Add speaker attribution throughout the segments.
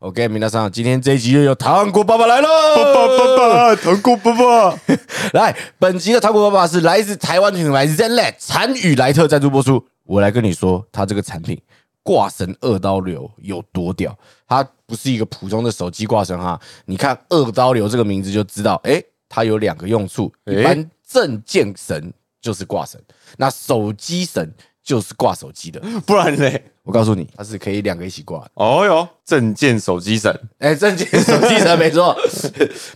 Speaker 1: OK，明大上，今天这一集又有糖果爸爸来了。
Speaker 2: 爸，糖果爸爸，
Speaker 1: 来，本集的糖果爸爸是来自台湾品牌 Zenlet 产与莱特赞助播出。我来跟你说，它这个产品挂绳二刀流有多屌？它不是一个普通的手机挂绳哈，你看二刀流这个名字就知道，诶，它有两个用处。一般证件绳就是挂绳，那手机绳就是挂手机的。
Speaker 2: 不然嘞？
Speaker 1: 我告诉你，它是可以两个一起挂的。
Speaker 2: 哦哟，证件手机绳，
Speaker 1: 哎，证 件手机绳没 错，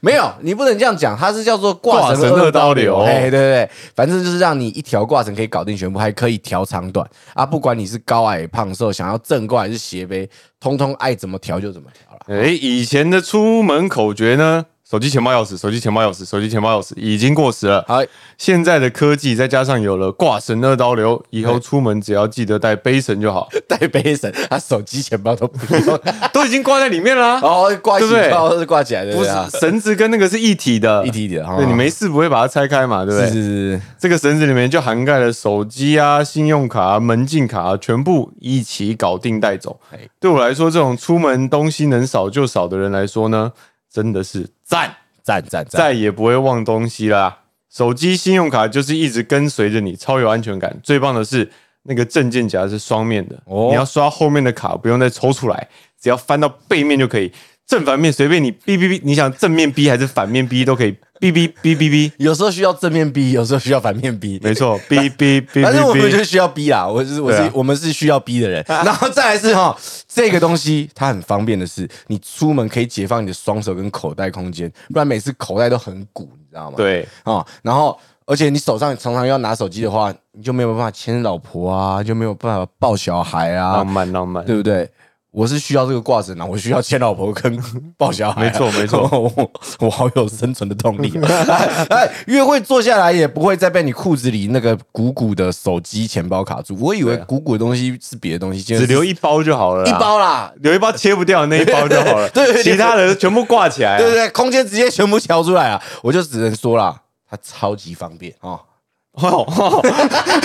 Speaker 1: 没有，你不能这样讲，它是叫做挂
Speaker 2: 挂
Speaker 1: 绳
Speaker 2: 绳
Speaker 1: 二
Speaker 2: 二刀流
Speaker 1: 哎，对对对，反正就是让你一条挂绳可以搞定全部，还可以调长短啊，不管你是高矮胖瘦，想要正过还是斜背，通通爱怎么调就怎么调 了。
Speaker 2: 哎，以前的出门口诀呢？手机、钱包、钥匙，手机、钱包、钥匙，手机、钱包、钥匙，已经过时了。
Speaker 1: 好，
Speaker 2: 现在的科技再加上有了挂绳二刀流，以后出门只要记得带背绳就好，
Speaker 1: 带背绳，他手机钱包都不用，
Speaker 2: 都已经挂在里面啦。
Speaker 1: 哦，挂起
Speaker 2: 对不对
Speaker 1: 包是挂起 来的，
Speaker 2: 不
Speaker 1: 对啊
Speaker 2: 是绳子跟那个是一体的，
Speaker 1: 一体一体的哦哈
Speaker 2: 对你没事不会把它拆开嘛，对不对？
Speaker 1: 是是是，
Speaker 2: 这个绳子里面就涵盖了手机啊、信用卡、啊、门禁卡、啊，全部一起搞定带走
Speaker 1: 哎。
Speaker 2: 对我来说，这种出门东西能少就少的人来说呢，真的是赞，
Speaker 1: 赞赞赞，
Speaker 2: 再也不会忘东西啦。手机、信用卡就是一直跟随着你，超有安全感。最棒的是，那个证件夹是双面的，
Speaker 1: 哦
Speaker 2: 你要刷后面的卡，不用再抽出来，只要翻到背面就可以。正反面随便你，哔哔哔，你想正面哔还是反面哔都可以，哔哔哔哔哔，
Speaker 1: 有时候需要正面逼，有时候需要反面逼，
Speaker 2: 没错，哔哔哔哔哔。
Speaker 1: 反正我们就需要逼啦，我是我是、
Speaker 2: 对啊
Speaker 1: 我们是需要逼的 人。然后再来是哈，这个东西它很方便的是，你出门可以解放你的双手跟口袋空间，不然每次口袋都很鼓，你知道吗？
Speaker 2: 对，
Speaker 1: 啊、然后而且你手上常常要拿手机的话，你就没有办法牵老婆啊，就没有办法抱小孩啊
Speaker 2: 浪，漫浪漫。
Speaker 1: 对不对？我是需要这个挂绳啊，我需要牵老婆跟抱小孩啊、
Speaker 2: 没错没错
Speaker 1: 我我好有生存的动力、啊 哎。约会坐下来也不会再被你裤子里那个鼓鼓的手机、钱包卡住。我以为
Speaker 2: 对啊
Speaker 1: 鼓鼓的东西是别的东西，
Speaker 2: 只留
Speaker 1: 一
Speaker 2: 一啊包就好了，
Speaker 1: 一，包啦，
Speaker 2: 留一包切不掉的那一包就好了，
Speaker 1: 对对对
Speaker 2: 其他的全部挂起来啊，
Speaker 1: 对不对？空间直接全部瞧出来啊！我就只能说啦，它超级方便哦。
Speaker 2: 哦，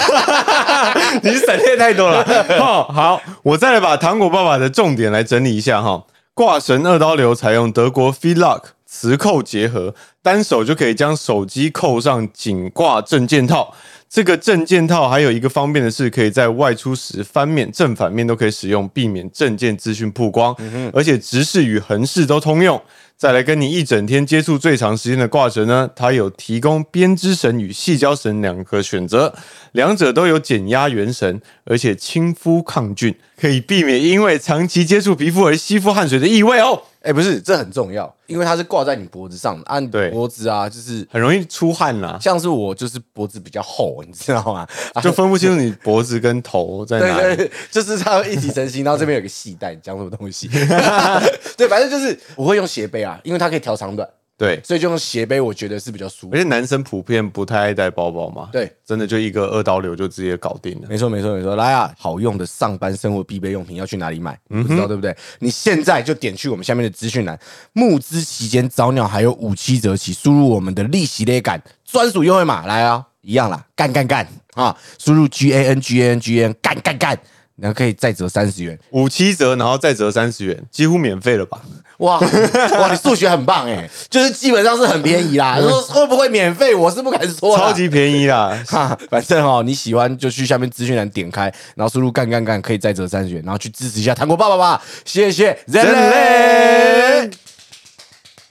Speaker 2: 你省略太多了。 哦，好，我再来把糖果爸爸的重点来整理一下哈。挂绳二刀流采用德国 f e e l o c k 磁扣结合，单手就可以将手机扣上紧挂证件套。这个证件套还有一个方便的是，可以在外出时翻面、正反面都可以使用，避免证件资讯曝光。而且直视与横视都通用。再来跟你一整天接触最长时间的挂绳呢，它有提供编织绳与细胶绳两个选择，两者都有减压原绳，而且亲肤抗菌，可以避免因为长期接触皮肤而吸附汗水的异味哦，
Speaker 1: 哎，不是，这很重要，因为它是挂在你脖子上的，按、你
Speaker 2: 对
Speaker 1: 脖子啊，就是
Speaker 2: 很容易出汗 啦、
Speaker 1: 像是我就是脖子比较厚，你知道吗？啊
Speaker 2: 就分不清楚你脖子跟头在哪
Speaker 1: 对
Speaker 2: 里。
Speaker 1: 对，就是它会一体成型，然后这边有个系带，你讲什么东西？ 对，反正就是我会用斜背啊，因为它可以调长短，
Speaker 2: 对，
Speaker 1: 所以就用斜背，我觉得是比较舒服
Speaker 2: 而。且男生普遍不太爱带包包嘛，
Speaker 1: 对，
Speaker 2: 真的就一个二刀流就直接搞定了。
Speaker 1: 没错，没错，没错。来啊，好用的上班生活必备用品要去哪里买？不知道对不对？你现在就点去我们下面的资讯栏，募资期间早鸟还有五七折起，输入我们的利息类感专属优惠码来啊、一样啦，干干干啊！输入 G A N G A N G A N 干干干，然后可以再折三十元。
Speaker 2: 五七折，然后再折三十元，几乎免费了吧？
Speaker 1: 哇 哇，你数学很棒哎，就是基本上是很便 宜啦。说会不会免费，我是不敢说
Speaker 2: 嗯
Speaker 1: 啦
Speaker 2: 超级便宜啦！
Speaker 1: 哈，反正哦，你喜欢就去下面资讯栏点开，然后输入“干干干”可以再折三十元，然后去支持一下糖果爸爸吧，谢谢人类，谢谢。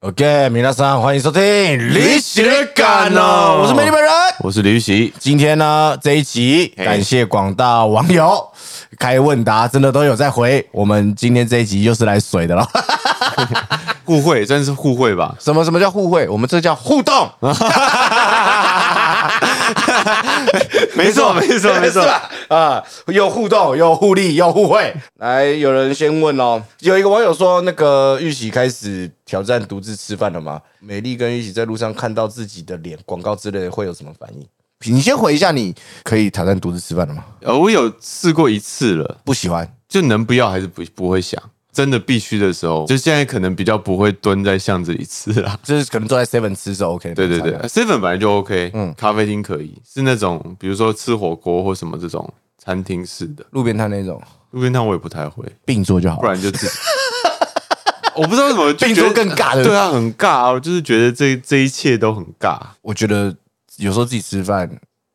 Speaker 1: OK，米娜桑，欢迎收听《离奇的感》哦，我是美丽本人。
Speaker 2: 我是吕喜，
Speaker 1: 今天呢这一集，
Speaker 2: 嘿
Speaker 1: 感谢广大网友开问答，真的都有在回。我们今天这一集又是来水的了。
Speaker 2: 互惠真的是互惠吧？
Speaker 1: 什么什么叫互惠？我们这叫互 动。
Speaker 2: 没错，没错，没错
Speaker 1: 是。吧？啊，有互动，有互利，有互惠。来，有人先问哦，有一个网友说，那个玉玺开始挑战独自吃饭了吗？美丽跟玉玺在路上看到自己的脸广告之类的，会有什么反应？你先回一下，你可以挑战独自吃饭了吗？
Speaker 2: 呃，我有试过一次了，
Speaker 1: 不喜欢，
Speaker 2: 就能不要还是不不会想，真的必须的时候，就现在可能比较不会蹲在巷子里吃啦。
Speaker 1: 就是可能坐在 seven 吃是 OK 的。
Speaker 2: 对对对，seven 本来就 OK，嗯，咖啡厅可以，是那种比如说吃火锅或什么这种餐厅式的
Speaker 1: 路边摊那种
Speaker 2: 路边摊我也不太会，
Speaker 1: 并做就好
Speaker 2: 不。然就自 己。我不知道为什么，就
Speaker 1: 并
Speaker 2: 觉得
Speaker 1: 做更尬的
Speaker 2: 对啊，很尬啊，我就是觉得这这一切都很尬。
Speaker 1: 我觉得有时候自己吃饭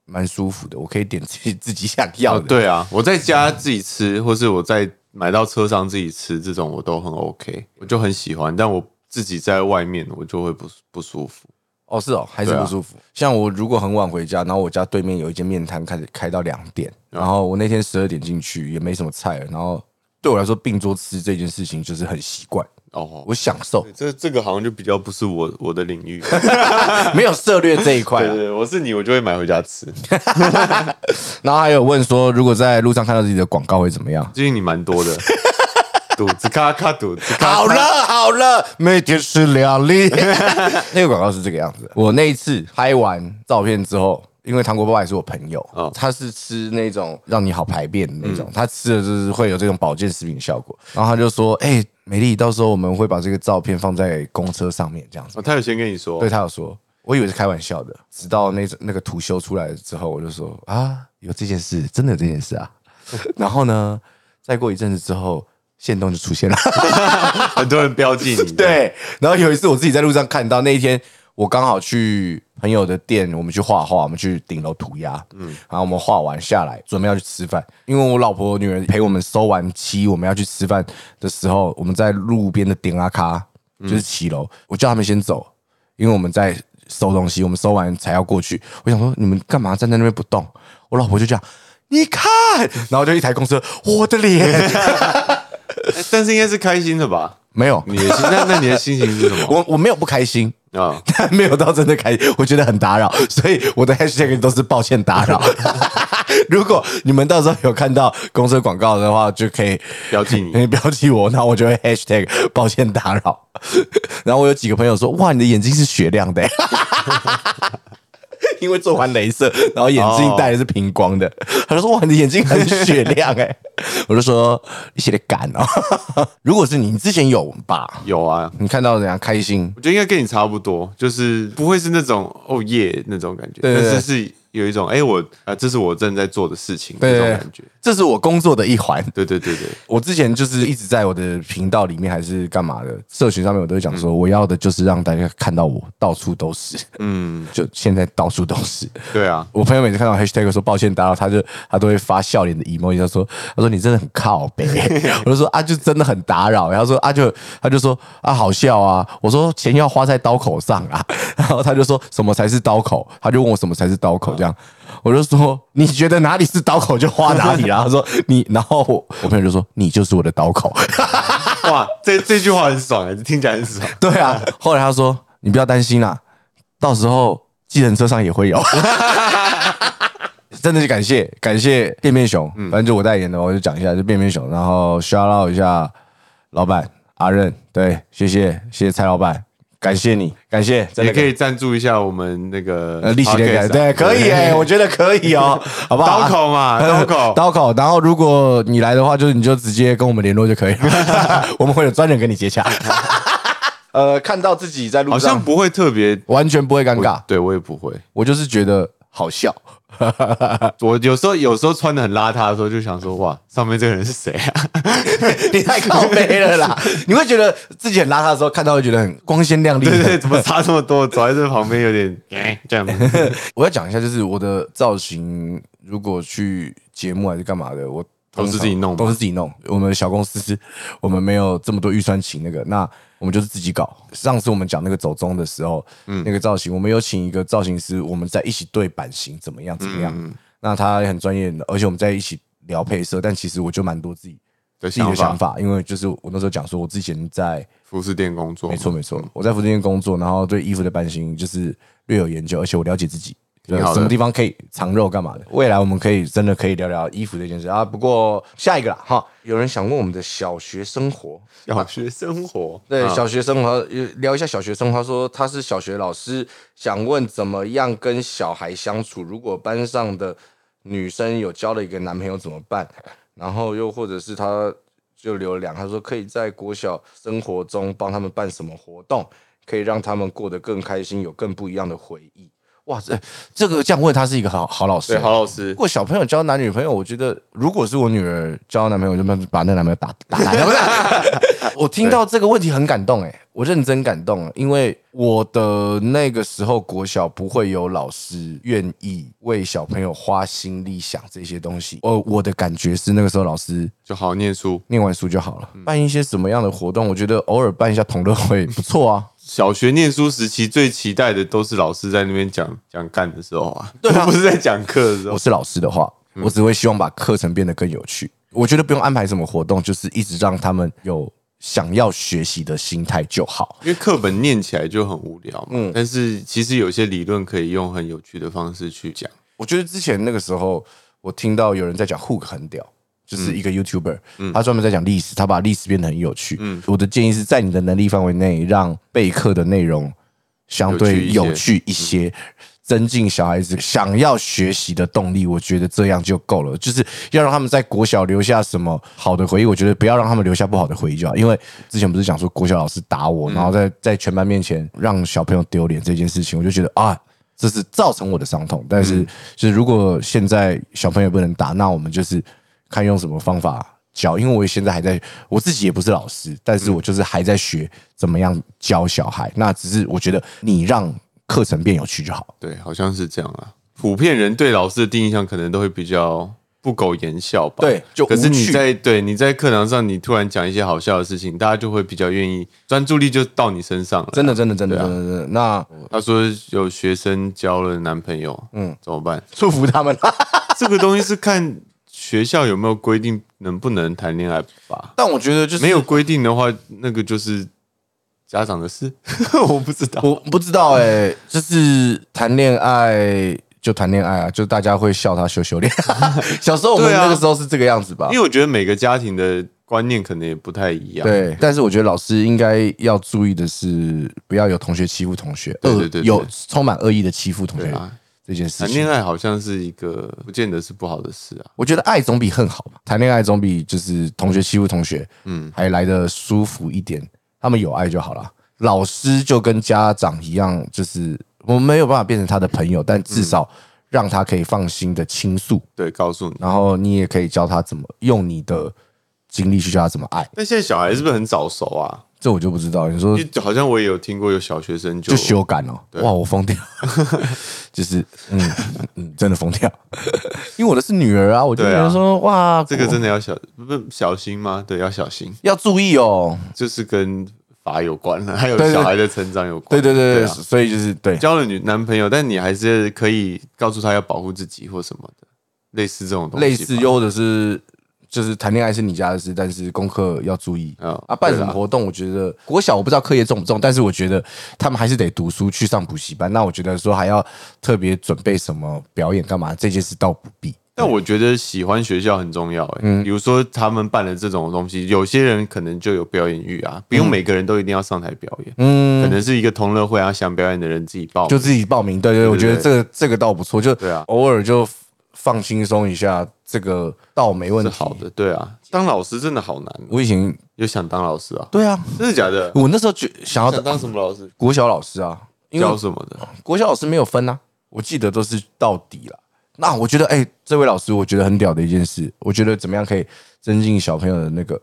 Speaker 1: 蛮舒服的，我可以点自己自己想要
Speaker 2: 哦，
Speaker 1: 的。
Speaker 2: 对啊，我在家自己吃，或是我在买到车上自己吃，这种我都很 OK，我就很喜欢。但我自己在外面，我就会不不舒服。
Speaker 1: 哦，是哦，还是
Speaker 2: 对啊
Speaker 1: 不舒服。像我如果很晚回家，然后我家对面有一间面摊开开到两点，
Speaker 2: 啊
Speaker 1: 然后我那天十二点进去也没什么菜了，然后对我来说并桌吃这件事情就是很习惯，
Speaker 2: 哦，
Speaker 1: 我享受，
Speaker 2: 这这个好像就比较不是我我的领 域。
Speaker 1: 没有涉略这一块
Speaker 2: 对
Speaker 1: 啊。
Speaker 2: 对，我是你，我就会买回家吃。
Speaker 1: 然后还有问说，如果在路上看到自己的广告会怎么样？
Speaker 2: 最近你蛮多 的，赌子咔咔赌子咔咔。
Speaker 1: 好了好了，每天吃两粒。 那个广告是这个样子的。我那一次拍完照片之后，因为糖果爸爸也是我朋友，
Speaker 2: 嗯
Speaker 1: 他是吃那种让你好排便的那种，他吃的就是会有这种保健食品的效果。然后他就说：“哎、美丽，到时候我们会把这个照片放在公车上面，这样子。
Speaker 2: 哦，他有先跟你说
Speaker 1: 对，他有说，我以为是开玩笑的，直到那那个图修出来之后，我就说：“啊，有这件事，真的有这件事啊。” 然后呢，再过一阵子之后，线动就出现了。
Speaker 2: 很多人标记你。，
Speaker 1: 对，然后有一次我自己在路上看到，那一天我刚好去朋友的店，我们去画画，我们去顶楼涂鸦，嗯，然后我们画完下来，准备要去吃饭，因为我老婆女儿陪我们收完漆，我们要去吃饭的时候，我们在路边的顶阿咖，就是骑楼，我叫他们先走，因为我们在收东西，我们收完才要过去。我想说，你们干嘛站在那边不动？我老婆就这样。你看，然后就一台公车，我的脸
Speaker 2: 哎但是应该是开心的吧？
Speaker 1: 没有，
Speaker 2: 你的心，那那你的心情是什 么
Speaker 1: 我我没有不开心，
Speaker 2: 啊？
Speaker 1: 但 没有到真的开心，我觉得很打扰，所以我的 hashtag 都是抱歉打扰。 如果你们到时候有看到公车广告的话，就可以
Speaker 2: 标记你
Speaker 1: 可 以标记我，然后我就会 hashtag 抱歉打扰。 然后我有几个朋友说：“哇，你的眼睛是雪亮的、欸。” 因为做完镭射，然后眼睛戴的是平光的。他就说：“哇，你的眼睛很雪亮哎、 我就说：“你写的敢哦。” 如果是你，你之前有吧？
Speaker 2: 有啊，
Speaker 1: 你看到人家开心，
Speaker 2: 我觉得应该跟你差不多，就是不会是那种哦耶那种感觉，
Speaker 1: 对对对
Speaker 2: 但是是有一种哎、我啊、这是我正在做的事情
Speaker 1: 对
Speaker 2: 那种
Speaker 1: 对对
Speaker 2: 感觉。
Speaker 1: 这是我工作的一环。
Speaker 2: 对对对对，
Speaker 1: 我之前就是一直在我的频道里面还是干嘛的社群上面，我都会讲说，我要的就是让大家看到我到处都是，
Speaker 2: 嗯，
Speaker 1: 就现在到处都是。
Speaker 2: 对 啊，
Speaker 1: 我朋友每次看到 hashtag 说抱歉打扰，他就他都会发笑脸的 emoji，他说他说你真的很靠北， 我就说啊就真的很打扰，然后说啊就他就说啊好笑啊，我说钱要花在刀口上啊， 然后他就说什么才是刀口，他就问我什么才是刀口这样，我就说你觉得哪里是刀口就花哪里啊啦、他说你，然后我我朋友就说你就是我的刀口，
Speaker 2: 哇，这这句话很爽啊，听起来很爽。
Speaker 1: 对啊，后来他说你不要担心啦，到时候计程车上也 会有。真的是感谢感谢便便熊，反正就我代言的嘛，我就讲一下，就便便熊，然后 shout out 一下老板阿任，对，谢谢谢谢蔡老板，感谢你，感谢， 真
Speaker 2: 也可
Speaker 1: 的感谢
Speaker 2: 以赞助一下我们那个
Speaker 1: 呃，利息连
Speaker 2: podcast 啊
Speaker 1: 感，对，可以哎、我觉得可以 哦，好不好？呃
Speaker 2: 刀口嘛，刀口，
Speaker 1: 刀口，然后如果你来的话，就是你就直接跟我们联络就可以 了，我们会有专人跟你接洽。呃，看到自己在路
Speaker 2: 好像不会特别
Speaker 1: 完全不会尴尬，
Speaker 2: 对我也不会。
Speaker 1: 我就是觉得好 笑。
Speaker 2: 我有时候有时候穿的很邋遢的时候，就想说哇，上面这个人是谁啊？
Speaker 1: 你太靠背了啦！ 你会觉得自己很邋遢的时候，看到会觉得很光鲜亮丽。
Speaker 2: 对 对，怎么差这么多？走在这旁边有点哎这样子。
Speaker 1: 我要讲一下，就是我的造型，如果去节目还是干嘛的，我
Speaker 2: 都是自己弄吧
Speaker 1: 都是自己弄。我们小公司，我们没有这么多预算请那个，那我们就是自己搞。上次我们讲那个走中的时候，那个造型，我们有请一个造型师，我们在一起对版型怎么样怎么样。那他也很专业，而且我们在一起聊配色，但其实我就蛮多自己
Speaker 2: 的
Speaker 1: 自己的
Speaker 2: 想
Speaker 1: 想法，因为就是我那时候讲说，我之前在
Speaker 2: 服饰店工作，
Speaker 1: 没错没错，我在服饰店工作，然后对衣服的版型就是略有研究，而且我了解自己。
Speaker 2: 挺好的
Speaker 1: 什么地方可以藏肉干嘛的？未来我们可以真的可以聊聊衣服这件事啊。不过下一个啦哈，有人想问我们的小学生活，
Speaker 2: 小学生活，
Speaker 1: 对、
Speaker 2: 啊
Speaker 1: 小学生活呃聊一下小学生活。他说他是小学老师，想问怎么样跟小孩相处。如果班上的女生有交了一个男朋友怎么办？然后又或者是他就留两，他说可以在国小生活中帮他们办什么活动，可以让他们过得更开心，有更不一样的回忆。哇，这这个这样问他是一个好好老师
Speaker 2: 对，。郝老师
Speaker 1: 如，果小朋友交男女朋友，我觉得如果是我女儿交男朋友，我就把那男朋友打打烂。不是我听到这个问题很感动哎、我认真感动了，因为我的那个时候国小不会有老师愿意为小朋友花心力想这些东西。哦，我的感觉是那个时候老师
Speaker 2: 就好好念书。
Speaker 1: 念完书就好了，办一些什么样的活动，我觉得偶尔办一下同乐会不错啊。
Speaker 2: 小学念书时期最期待的都是老师在那边讲讲干的时候啊，对
Speaker 1: 啊
Speaker 2: 不是在讲课的时候
Speaker 1: 我。是老师的话，我只会希望把课程变得更有趣。我觉得不用安排什么活动，就是一直让他们有想要学习的心态就好。
Speaker 2: 因为课本念起来就很无聊嘛，
Speaker 1: 嗯
Speaker 2: 但是其实有些理论可以用很有趣的方式去讲。
Speaker 1: 我觉得之前那个时候，我听到有人在讲 hook 很屌。就是一个 YouTuber，、他专门在讲历史，他把历史变得很有趣。我的建议是在你的能力范围内，让备课的内容相对有
Speaker 2: 有
Speaker 1: 趣一些，嗯增进小孩子想要学习的动力。我觉得这样就够了，就是要让他们在国小留下什么好的回忆。我觉得不要让他们留下不好的回忆就好，因为之前不是讲说国小老师打我，然后在在全班面前让小朋友丢脸这件事情，我就觉得啊。这是造成我的伤痛，但是就是如果现在小朋友不能打，那我们就是看用什么方法教，因为我现在还在，我自己也不是老师，但是我就是还在学怎么样教小孩。那只是我觉得你让课程变有趣就好。
Speaker 2: 对，好像是这样啊。普遍人对老师的第一印象可能都会比较不苟言笑吧。
Speaker 1: 对就
Speaker 2: 可是
Speaker 1: 无
Speaker 2: 你
Speaker 1: 趣
Speaker 2: 在对你在课堂上，你突然讲一些好笑的事情，大家就会比较愿意专注力就到你身上了。
Speaker 1: 真的，真的，真的，
Speaker 2: 对啊
Speaker 1: 真的，真的。那
Speaker 2: 他说有学生交了男朋友，嗯，怎么办？
Speaker 1: 祝福他们啦。
Speaker 2: 这个东西是看学校有没有规定能不能谈恋爱吧。
Speaker 1: 但我觉得就是
Speaker 2: 没有，规定的话，那个就是家长的事， 我不知道。
Speaker 1: 我不知道哎、就是谈恋爱就谈恋爱啊，就大家会笑他羞羞脸。 小时候我们
Speaker 2: 对啊
Speaker 1: 那个时候是这个样子吧
Speaker 2: 因？为我觉得每个家庭的观念可能也不太一样。
Speaker 1: 对，但是我觉得老师应该要注意的是，不要有同学欺负同学，
Speaker 2: 对对
Speaker 1: 恶
Speaker 2: 对对
Speaker 1: 有充满恶意的欺负同
Speaker 2: 对
Speaker 1: 学
Speaker 2: 啊，
Speaker 1: 这件事
Speaker 2: 谈
Speaker 1: 情。
Speaker 2: 恋爱好像是一个不见得是不好的事啊。
Speaker 1: 我觉得爱总比恨好吧，谈恋爱总比就是同学欺负同学，嗯，还来的舒服一点。他们有爱就好了。老师就跟家长一样，就是我们没有办法变成他的朋友，但至少让他可以放心的倾诉，
Speaker 2: 对，告诉你。
Speaker 1: 然后你也可以教他怎么用你的经历去教他怎么爱。
Speaker 2: 但现在小孩是不是很早熟啊？
Speaker 1: 这我就不知道，你说
Speaker 2: 就好像我也有听过有小学生就
Speaker 1: 嗯就修改哦，哇，我疯掉， 就是嗯嗯，真的疯掉， 因为我的是女儿啊，我就觉
Speaker 2: 对啊
Speaker 1: 得说、哇，
Speaker 2: 这个
Speaker 1: 我
Speaker 2: 真的要小不不小心吗？对，要小心，
Speaker 1: 要注意哦。
Speaker 2: 就是跟罚有关 了，还有
Speaker 1: 对对
Speaker 2: 小孩的成长有关。
Speaker 1: 对对对对，
Speaker 2: 啊
Speaker 1: 所以就是对，
Speaker 2: 交了女男朋友，但你还是可以告诉他要保护自己或什么的，类似这种东西吧。
Speaker 1: 类似又或者是就是谈恋爱是你家的事，但是功课要注意
Speaker 2: 嗯
Speaker 1: 啊。办什
Speaker 2: 对
Speaker 1: 么
Speaker 2: 啦
Speaker 1: 活动，我觉得国小我不知道课业重不重，但是我觉得他们还是得读书去上补习班。那我觉得说还要特别准备什么表演干嘛，这件事倒不必。
Speaker 2: 但我觉得喜欢学校很重要、欸，
Speaker 1: 嗯
Speaker 2: 比如说他们办的这种东西，有些人可能就有表演欲啊，不用每个人都一定要上台表演，
Speaker 1: 嗯，
Speaker 2: 可能是一个同乐会啊，想表演的人自己报
Speaker 1: 就
Speaker 2: 名，
Speaker 1: 自己报名。对对，对我觉
Speaker 2: 哦
Speaker 1: 得
Speaker 2: 对
Speaker 1: 这个这个倒不错，就
Speaker 2: 对啊
Speaker 1: 偶尔就放轻松一下，这个倒没问
Speaker 2: 是
Speaker 1: 题。
Speaker 2: 好，的，对啊。当老师真的好难，哦
Speaker 1: 我以前
Speaker 2: 有想当老师啊？
Speaker 1: 对啊，
Speaker 2: 真的假的？
Speaker 1: 我那时候觉想要
Speaker 2: 想
Speaker 1: 当
Speaker 2: 当什么老师？
Speaker 1: 国小老师啊，因为
Speaker 2: 教什么的？
Speaker 1: 国小老师没有分啊，我记得都是到底了。那我觉得，哎、这位老师，我觉得很屌的一件事，我觉得怎么样可以增进小朋友的那个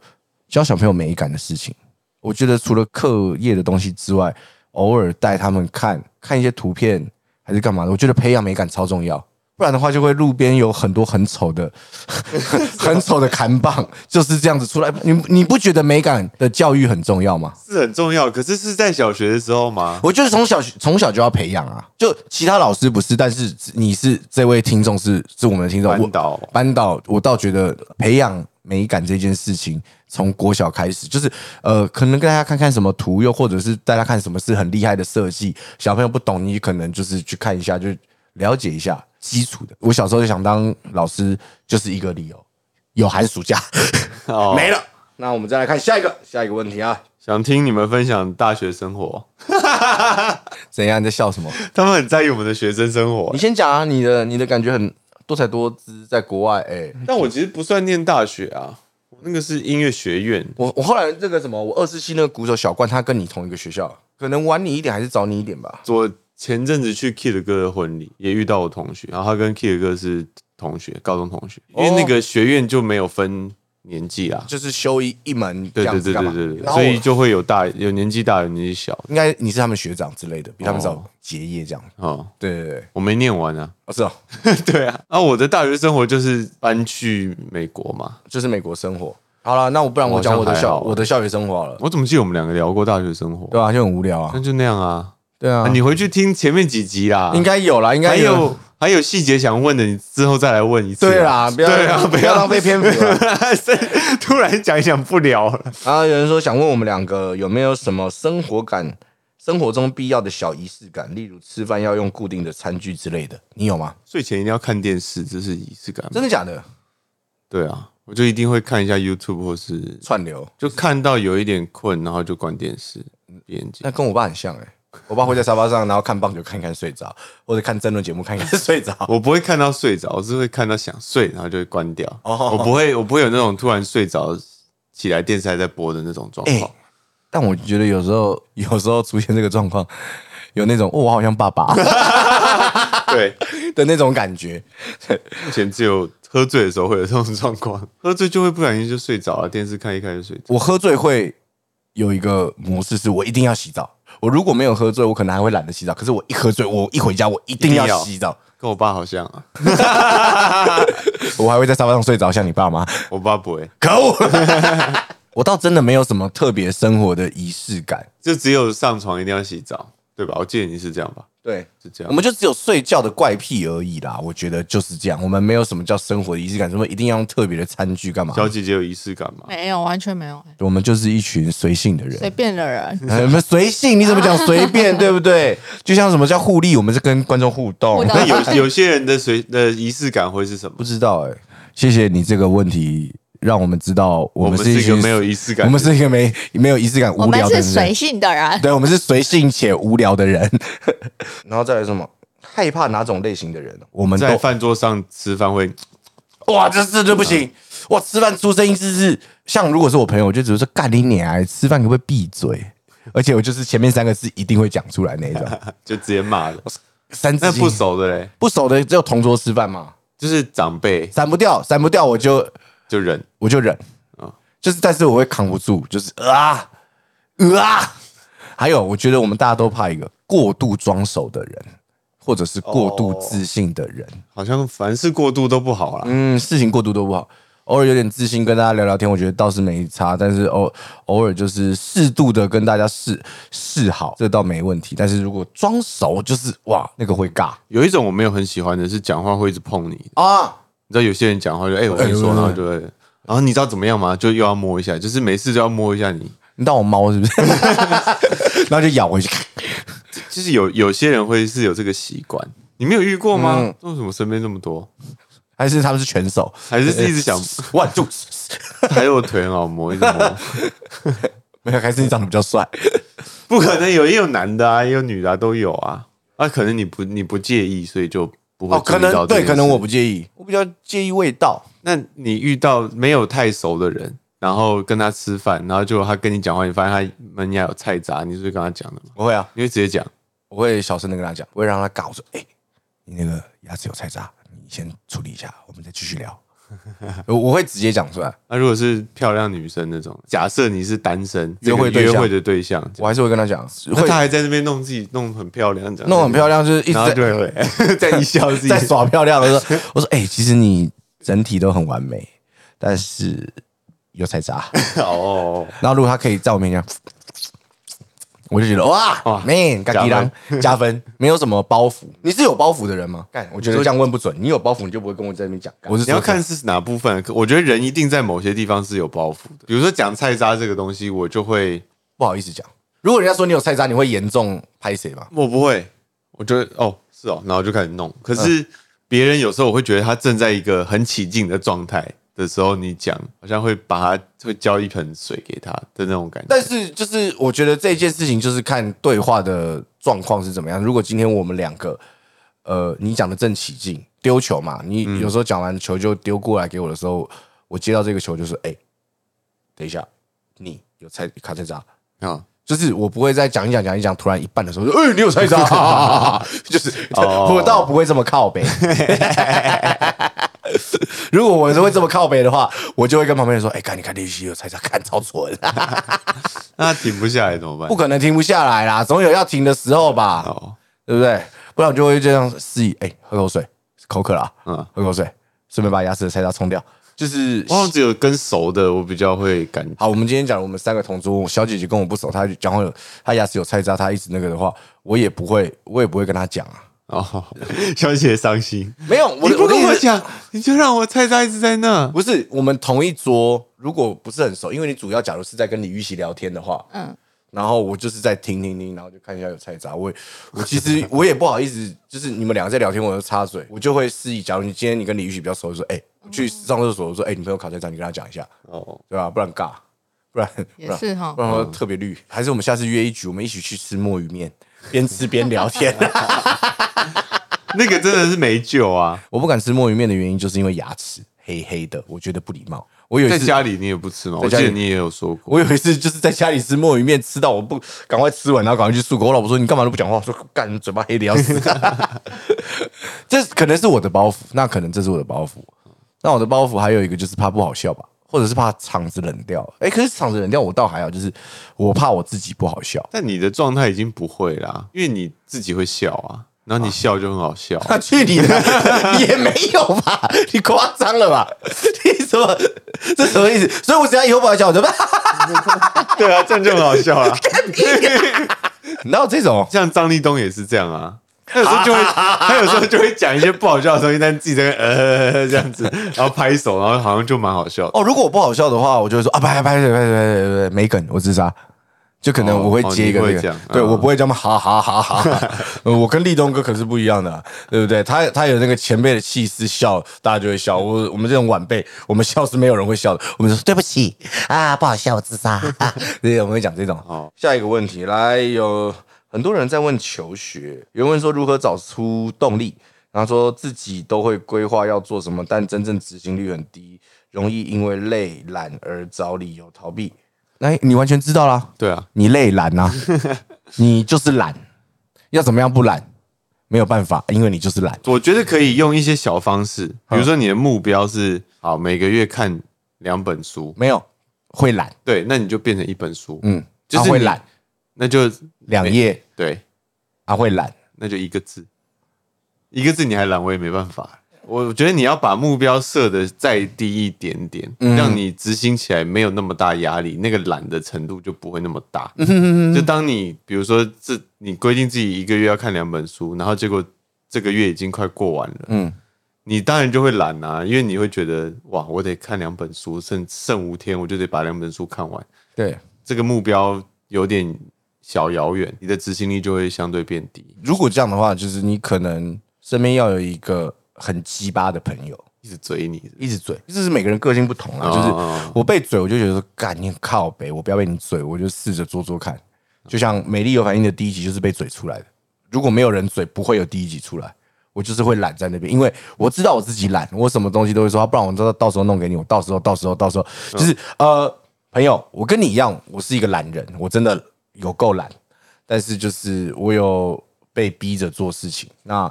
Speaker 1: 教小朋友美感的事情。我觉得除了课业的东西之外，偶尔带他们看看一些图片还是干嘛的，我觉得培养美感超重要。不然的话，就会路边有很多很丑的、 很丑的砍棒，就是这样子出来。你你不觉得美感的教育很重要吗？
Speaker 2: 是很重要，可是是在小学的时候吗？
Speaker 1: 我就是从小从小就要培养啊，就其他老师不是，但是你是这位听众是是我们的听众，
Speaker 2: 班
Speaker 1: 我
Speaker 2: 导
Speaker 1: 班导，我倒觉得培养美感这件事情，从国小开始，就是呃，可能跟大家看看什么图，又或者是带他看什么是很厉害的设计，小朋友不懂，你可能就是去看一下，就了解一下基础的。我小时候就想当老师，就是一个理由，有寒暑假、
Speaker 2: 哦，
Speaker 1: 没了。那我们再来看下一个下一个问题啊，
Speaker 2: 想听你们分享大学生活，
Speaker 1: 怎样？你在笑什么？
Speaker 2: 他们很在意我们的学生生活
Speaker 1: 你。先讲啊，你的你的感觉很多才多姿，在国外，哎、
Speaker 2: 但我其实不算念大学啊，我那个是音乐学院，
Speaker 1: 我我后来那个什么，我二四七那个鼓手小冠，他跟你同一个学校，可能晚你一点还是早你一点吧。
Speaker 2: 我前阵子去 Kid 哥的婚礼，也遇到我同学，然后他跟 Kid 哥是同学，高中同学，因为
Speaker 1: 哦
Speaker 2: 那个学院就没有分年纪啊。
Speaker 1: 就是修一一门
Speaker 2: 对
Speaker 1: 这样
Speaker 2: 对
Speaker 1: 子
Speaker 2: 对
Speaker 1: 干嘛
Speaker 2: 对对，对
Speaker 1: 然后
Speaker 2: 所以
Speaker 1: 我
Speaker 2: 就会有大有年纪大有年纪小
Speaker 1: 应该你是他们学长之类的，比他们早
Speaker 2: 哦
Speaker 1: 结业这样。
Speaker 2: 哦。
Speaker 1: 对对对，
Speaker 2: 我没念完啊，
Speaker 1: 哦是哦，
Speaker 2: 对啊，啊，我的大学生活就是搬去美国嘛。
Speaker 1: 就是美国生活。好了，那我不然我
Speaker 2: 好像
Speaker 1: 讲我的
Speaker 2: 还
Speaker 1: 校
Speaker 2: 好啊
Speaker 1: 我的校园生活好了，
Speaker 2: 我怎么记得我们两个聊过大学生活？
Speaker 1: 对啊，就很无聊啊
Speaker 2: 那。就那样啊。
Speaker 1: 对啊
Speaker 2: 啊，你回去听前面几集啦，
Speaker 1: 应该有啦，应该
Speaker 2: 还有还有细节想问的，你之后再来问一次。
Speaker 1: 对，啦，不要
Speaker 2: 对啊
Speaker 1: 不
Speaker 2: 不
Speaker 1: 要
Speaker 2: 要
Speaker 1: 浪费篇幅啊了。
Speaker 2: 突然讲一讲不聊了。
Speaker 1: 然后有人说想问我们两个有没有什么生活感、生活中必要的小仪式感，例如吃饭要用固定的餐具之类的，你有吗？
Speaker 2: 睡前一定要看电视，这是仪式感吗。
Speaker 1: 真的假的？
Speaker 2: 对啊，我就一定会看一下 YouTube 或是
Speaker 1: 串流
Speaker 2: 就看到有一点困，然后就关电视闭眼睛
Speaker 1: 那。跟我爸很像哎、我爸会在沙发上，然后看棒球看一看睡着，或者看争论节目看一看睡着。
Speaker 2: 我不会看到睡着，我是会看到想睡，然后就会关掉。
Speaker 1: 哦
Speaker 2: 我不会，我不会有那种突然睡着起来电视还在播的那种状况。
Speaker 1: 哎但我觉得有时候有时候出现这个状况，有那种哦，我好像爸 爸哎
Speaker 2: 对，
Speaker 1: 的那种感觉。
Speaker 2: 目前只有喝醉的时候会有这种状况， 喝醉就会不小心就睡着了，电视看一看就睡着。
Speaker 1: 我喝醉会有一个模式，是我一定要洗澡。我如果没有喝醉，我可能还会懒得洗澡。可是我一喝醉，我一回家，我一定
Speaker 2: 一定
Speaker 1: 要
Speaker 2: 要
Speaker 1: 洗 澡，
Speaker 2: 跟我爸好像啊，
Speaker 1: 我还会在沙发上睡着，像你爸妈。
Speaker 2: 我爸不会，
Speaker 1: 可恶！ 我倒真的没有什么特别生活的仪式感。
Speaker 2: 就只有上床一定要洗澡，对吧？我记得你是这样吧？
Speaker 1: 对，
Speaker 2: 是这
Speaker 1: 我
Speaker 2: 样。
Speaker 1: 们就只有睡觉的怪癖而已啦。我觉得就是这样，我们没有什么叫生活的仪式感，什么一定要用特别的餐具干嘛？
Speaker 2: 小姐姐有仪式感吗？
Speaker 3: 没有，完全没有，哎
Speaker 1: 我们就是一群随性的人。
Speaker 3: 随便的人，
Speaker 1: 呃， 随性，你怎么讲随便，对不对？就像什么叫互利，我们是跟观众互动
Speaker 3: 互。 动
Speaker 2: 那有有些人的随的仪式感会是什么
Speaker 1: 不？知道哎、谢谢你这个问题，让我们知道我
Speaker 2: 我
Speaker 1: 们
Speaker 2: 们
Speaker 1: 是
Speaker 2: 是一
Speaker 1: 群
Speaker 2: 个没有仪式感的人，
Speaker 1: 我们是一个没没有仪式感、
Speaker 3: 我
Speaker 1: 无
Speaker 3: 们
Speaker 1: 聊的人
Speaker 3: 是随。性的人，
Speaker 1: 对，我们是随性且无聊的人。 然后再来什么？害怕哪种类型的人？哦我们
Speaker 2: 在
Speaker 1: 都
Speaker 2: 饭桌上吃饭会
Speaker 1: 哇，这这这不行！哇，吃饭出声音是是，像如果是我朋友，我就只是说干你娘欸！吃饭可不可以闭嘴？而且我就是前面三个字一定会讲出来那 一种。
Speaker 2: 就直接骂了。
Speaker 1: 三字
Speaker 2: 那
Speaker 1: 经
Speaker 2: 不熟的嘞，
Speaker 1: 不熟的只有同桌吃饭嘛，
Speaker 2: 就是长辈
Speaker 1: 闪不掉，闪不掉我就
Speaker 2: 就忍，
Speaker 1: 我就忍
Speaker 2: 啊
Speaker 1: 就是但是我会扛不住，就是啊呃啊。还有，我觉得我们大家都怕一个过度装熟的人，或者是过度自信的人。
Speaker 2: 好像凡事过度都不好啦。
Speaker 1: 嗯，事情过度都不好，偶尔有点自信跟大家聊聊天，我觉得倒是没差。但是偶偶尔就是适度的跟大家示示好，这倒没问题。但是如果装熟，就是哇，那个会尬
Speaker 2: 有一种我没有很喜欢的是讲话会一直碰你，
Speaker 1: 啊。
Speaker 2: 你知道有些人讲话就哎、我跟你说，
Speaker 1: 哎
Speaker 2: 然后就会，然后你知道怎么样吗？就又要摸一下，就是每次都要摸一下你。
Speaker 1: 你当我猫是不 是？然后就咬回去。
Speaker 2: 就是有有些人
Speaker 1: 嗯
Speaker 2: 会是有这个习惯，你没有遇过吗？为什么身边这么多？
Speaker 1: 还是他们是拳手，
Speaker 2: 还是一直想，
Speaker 1: 哇就
Speaker 2: 还有我腿很好摸，一直 摸。
Speaker 1: 没有，还是你长得比较帅。
Speaker 2: 不可能有，也有男的啊，也有女的、啊，都有啊。啊，可能你不你不介意，所以就不会
Speaker 1: 哦，可
Speaker 2: 注意到
Speaker 1: 能
Speaker 2: 这件
Speaker 1: 对，
Speaker 2: 事
Speaker 1: 可能我。不介意，我比较介意味道。
Speaker 2: 那你遇到没有太熟的人，然后跟他吃饭，然后就他跟你讲话，你发现他门牙有菜渣，你是会跟他讲的吗？
Speaker 1: 我会啊，
Speaker 2: 你会直接讲，
Speaker 1: 我会小声的跟他讲，我会让他尬。我说，哎、你那个牙齿有菜渣，你先处理一下，我们再继续 聊。我我会直接讲出来，
Speaker 2: 那、如果是漂亮女生那种，假设你是单身，
Speaker 1: 约会
Speaker 2: 这
Speaker 1: 对
Speaker 2: 个
Speaker 1: 象
Speaker 2: 约会的对象，
Speaker 1: 我还是会跟他讲，
Speaker 2: 那
Speaker 1: 会
Speaker 2: 他还在那边弄自己弄很漂亮，讲
Speaker 1: 弄很漂
Speaker 2: 亮，
Speaker 1: 亮，就是一直
Speaker 2: 然后就
Speaker 1: 在
Speaker 2: 会 在一笑自己
Speaker 1: 在耍漂亮。我说， 我说，哎、其实你整体都很完美，但是有菜渣。
Speaker 2: 哦，
Speaker 1: 然后如果他可以在我面前，我就觉得哇
Speaker 2: 哇
Speaker 1: ，man，嘎吉郎 加分，没有什么包袱。你是有包袱的人吗？干，我觉得这样问不准。你有包袱，你就不会跟我在那边讲。我是
Speaker 2: 你要看是哪部分。可我觉得人一定在某些地方是有包袱的，比如说讲菜渣这个东西，我就会，
Speaker 1: 不好意思讲。如果人家说你有菜渣，你会严重拍谁吗？
Speaker 2: 我不会，我觉得哦是哦，然后就开始弄。可
Speaker 1: 嗯
Speaker 2: 是别人有时候我会觉得他正在一个很起劲的状态的时候，你讲好像会把他会浇一盆水给他的那种感觉。
Speaker 1: 但是就是我觉得这件事情就是看对话的状况是怎么样。如果今天我们两个，呃，你讲的正起劲，丢球嘛，你有时候讲完球就丢过来给我的时候，我接到这个球就是，哎、等一下，你有菜卡菜渣，
Speaker 2: 啊，
Speaker 1: 就是我不会再讲一讲讲一讲，突然一半的时候 说，哎、你有菜渣、就是
Speaker 2: 哦
Speaker 1: 我倒不会这么靠北。 如果我是会这么靠北的话，我就会跟旁边人说，哎、看你看李希有菜渣，看超蠢，
Speaker 2: 那停不下来怎么办
Speaker 1: 不？可能停不下来啦，总有要停的时候吧，
Speaker 2: 哦，
Speaker 1: 对不对？不然我就会这样示意，哎、喝口水，口渴了啊、
Speaker 2: 嗯
Speaker 1: 喝口水，顺便把牙齿的菜渣冲掉，就是
Speaker 2: 我好像只有跟熟的，我比较会感
Speaker 1: 好，我们今天讲我们三个同桌，小姐姐跟我不熟，她讲话有她牙齿有菜渣，她一直那个的话，我也不会，我也不会跟她讲啊。
Speaker 2: 哦，小姐伤心。
Speaker 1: 没有，
Speaker 2: 你
Speaker 1: 我
Speaker 2: 不跟我
Speaker 1: 的意思，
Speaker 2: 讲，你就让我菜渣一直在那。
Speaker 1: 不是我们同一桌，如果不是很熟，因为你主要假如是在跟李玉玺聊天的话，
Speaker 3: 嗯，
Speaker 1: 然后我就是在听听听，然后就看一下有菜渣，我也 我其实我也不好意思，就是你们两个在聊天，我就插嘴，我就会示意，假如你今天你跟李玉玺比较熟，就说哎、我去上厕所，我说哎、你朋友卡菜渣，你跟他讲一下，
Speaker 2: 哦，
Speaker 1: 对吧？不然尬，不然
Speaker 3: 也是哈
Speaker 1: 不。然我特别绿。还是我们下次约一局，我们一起去吃墨鱼面，边吃边聊天。
Speaker 2: 那个真的是没救啊！
Speaker 1: 我不敢吃墨鱼面的原因，就是因为牙齿黑黑的，我觉得不礼貌。我有
Speaker 2: 在
Speaker 1: 一次，
Speaker 2: 家里你也不吃吗？我
Speaker 1: 在家
Speaker 2: 记
Speaker 1: 里
Speaker 2: 得你也有说过。
Speaker 1: 我有一次就是在家里吃墨鱼面，吃到我不赶快吃完，然后赶快去漱口。我老婆说：“你干嘛都不讲话？”我说：“干，你嘴巴黑的要死。” 这可能是我的包袱，那可能这是我的包袱。那我的包袱还有一个就是怕不好笑吧，或者是怕场子冷掉。哎、可是场子冷掉我倒还好，就是我怕我自己不好笑。
Speaker 2: 但你的状态已经不会啦，因为你自己会笑啊，然后你笑就很好笑啊、
Speaker 1: 啊，去你的！ 也没有吧？你夸张了吧？ 你什么？这什么意思？所以我只要以后不好笑，我就
Speaker 2: 对啊，这样就很好笑啦。
Speaker 1: 哪有这种？
Speaker 2: 像张立东也是这样啊，他有时候就会，他有时候就会讲一些不好笑的东西，但自己在那边呃这样子，然后拍手，然后好像就蛮好笑的。
Speaker 1: 哦，如果我不好笑的话，我就会说啊，拍拍拍拍拍拍拍，没梗，我自杀。就可能我会接一个
Speaker 2: 哦哦
Speaker 1: 这
Speaker 2: 你会这
Speaker 1: 个，
Speaker 2: 样
Speaker 1: 对
Speaker 2: 嗯
Speaker 1: 我不会这么哈哈哈哈哈。 呃我跟立东哥可是不一样的啊、对不对？他他有那个前辈的气势，笑大家就会笑。我我们这种晚辈，我们笑是没有人会笑的。我们就说对不起啊，不好笑，我自 杀。啊、对，我们会讲这种。
Speaker 2: 哦
Speaker 1: 下一个问题，来有很多人在问求学，有人问说如何找出动力，然后说自己都会规划要做什么，但真正执行率很低，容易因为累懒而找理由逃避。那你完全知道啦，
Speaker 2: 对啊，
Speaker 1: 你累 懒呐、你就是懒，要怎么样不懒？没有办法，因为你就是懒。
Speaker 2: 我觉得可以用一些小方式，比如说你的目标是好每个月看两本书，
Speaker 1: 没有会懒，
Speaker 2: 对，那你就变成一本书，
Speaker 1: 嗯，
Speaker 2: 就
Speaker 1: 啊
Speaker 2: 是
Speaker 1: 会
Speaker 2: 你
Speaker 1: 懒，
Speaker 2: 那就
Speaker 1: 两页
Speaker 2: 对，
Speaker 1: 啊会懒，
Speaker 2: 那就一个字，一个字你还懒，我也没办法。我觉得你要把目标设的再低一点点，让你执行起来没有那么大压力，那个懒的程度就不会那么大。就当你比如说这，你规定自己一个月要看两本书，然后结果这个月已经快过完了，
Speaker 1: 嗯
Speaker 2: 你当然就会懒啊，因为你会觉得哇，我得看两本书，剩剩五天我就得把两本书看完，
Speaker 1: 对。
Speaker 2: 这个目标有点小遥远，你的执行力就会相对变低。
Speaker 1: 如果这样的话，就是你可能身边要有一个很鸡巴的朋友，
Speaker 2: 一直追你，
Speaker 1: 一直嘴，这是每个人个性不同啊。
Speaker 2: 哦
Speaker 1: 就是我被嘴，我就觉得说，干你很靠北，我不要被你嘴，我就试着做做看。就像《美丽有反应》的第一集就是被嘴出来的，如果没有人嘴，不会有第一集出来。我就是会懒在那边，因为我知道我自己懒，我什么东西都会说，啊不然我到到时候弄给你，我到时候到时候到时候
Speaker 2: 嗯
Speaker 1: 就是呃，朋友，我跟你一样，我是一个懒人，我真的有够懒，但是就是我有被逼着做事情。那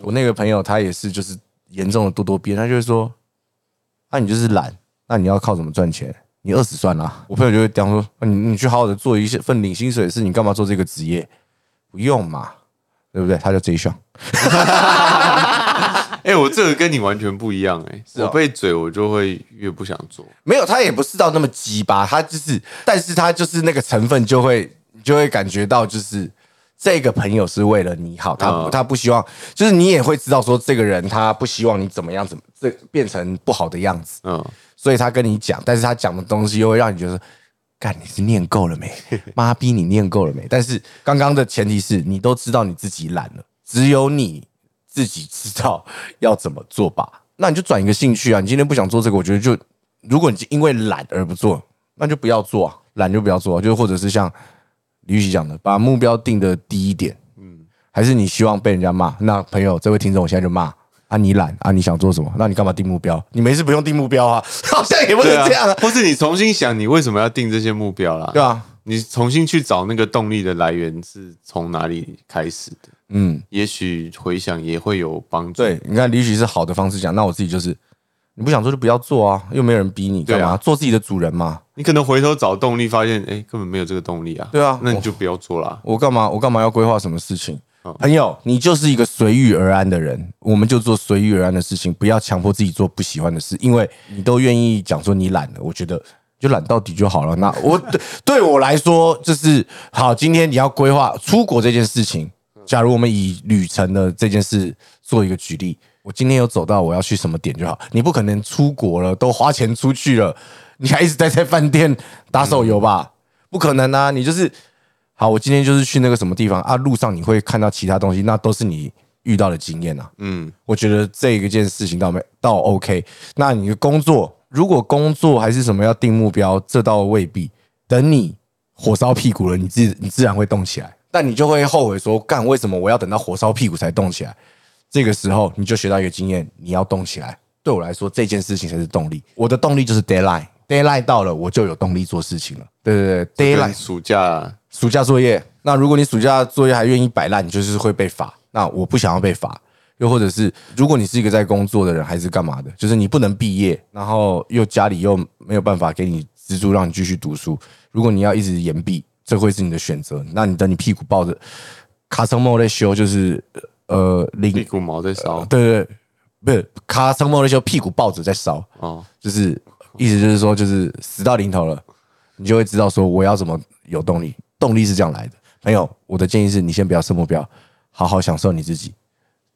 Speaker 1: 我那个朋友他也是就是严重的咄咄逼人，他就会说，那、啊你就是懒，那你要靠什么赚钱？你饿死算了、我朋友就会讲说，啊你你去好好的做一些份领薪水的事，你干嘛做这个职业？不用嘛，对不对？他就这一项，
Speaker 2: 哎、我这个跟你完全不一样哎、
Speaker 1: 哦
Speaker 2: 我被嘴我就会越不想做。
Speaker 1: 没有，他也不是到那么鸡巴，他就是，但是他就是那个成分就会，你就会感觉到就是。这个朋友是为了你好，他不、
Speaker 2: 嗯
Speaker 1: 他不希望，就是你也会知道说这个人他不希望你怎么样，怎么这变成不好的样子，
Speaker 2: 嗯，
Speaker 1: 所以他跟你讲，但是他讲的东西又会让你觉得，干你是念够了没？妈逼你念够了没？但是刚刚的前提是你都知道你自己懒了，只有你自己知道要怎么做吧。 那你就转一个兴趣啊！你今天不想做这个，我觉得就如果你因为懒而不做，那就不要做啊，懒就不要做、啊，就或者是像李玉玺讲的，把目标定的低一点，还是你希望被人家骂？那朋友，这位听众，我现在就骂啊！你懒啊！你想做什么？那你干嘛定目标？你没事不用定目标啊，好像也不能
Speaker 2: 对啊
Speaker 1: 这样啊，，
Speaker 2: 或是你重新想，你为什么要定这些目标啦？
Speaker 1: 对啊，
Speaker 2: 你重新去找那个动力的来源是从哪里开始的，
Speaker 1: 嗯，
Speaker 2: 也许回想也会有帮助。
Speaker 1: 对，你看李许是好的方式讲，那我自己就是，你不想做就不要做啊，又没有人逼你
Speaker 2: 对啊
Speaker 1: 干嘛，做自己的主人嘛。
Speaker 2: 你可能回头找动力，发现哎、诶根本没有这个动力啊。
Speaker 1: 对啊
Speaker 2: 那你就不要做啦。
Speaker 1: 我干嘛？我干嘛要规划什么事情
Speaker 2: 嗯？
Speaker 1: 朋友，你就是一个随遇而安的人，我们就做随遇而安的事情，不要强迫自己做不喜欢的事，因为你都愿意讲说你懒了，我觉得就懒到底就好了。那我 对对我来说，就是好，今天你要规划出国这件事情，假如我们以旅程的这件事做一个举例，我今天有走到我要去什么点就好，你不可能出国了都花钱出去了，你还一直待在饭店打手游吧？不可能啊，你就是。好，我今天就是去那个什么地方啊，路上你会看到其他东西，那都是你遇到的经验啊。
Speaker 2: 嗯，
Speaker 1: 我觉得这一件事情倒没倒 OK。那你的工作，如果工作还是什么要定目标，这倒未必。等你火烧屁股了，你自你自然会动起来，但你就会后悔说，干为什么我要等到火烧屁股才动起来？这个时候你就学到一个经验，你要动起来。对我来说，这件事情才是动力。我的动力就是 deadline。deadline 到了，我就有动力做事情了。对对对，deadline
Speaker 2: 跟暑假
Speaker 1: 暑假作业。那如果你暑假作业还愿意摆烂，你就是会被罚。那我不想要被罚。又或者是，如果你是一个在工作的人，还是干嘛的？就是你不能毕业，然后又家里又没有办法给你资助让你继续读书。如果你要一直延毕，这会是你的选择。那你等你屁股抱着卡森莫雷修，就是呃零
Speaker 2: 屁股毛在烧、
Speaker 1: 对对，不是卡森莫雷修屁股抱着在烧，
Speaker 2: 哦，
Speaker 1: 就是意思就是说，就是死到临头了，你就会知道说我要怎么有动力，动力是这样来的。朋友，我的建议是你先不要设目标，好好享受你自己。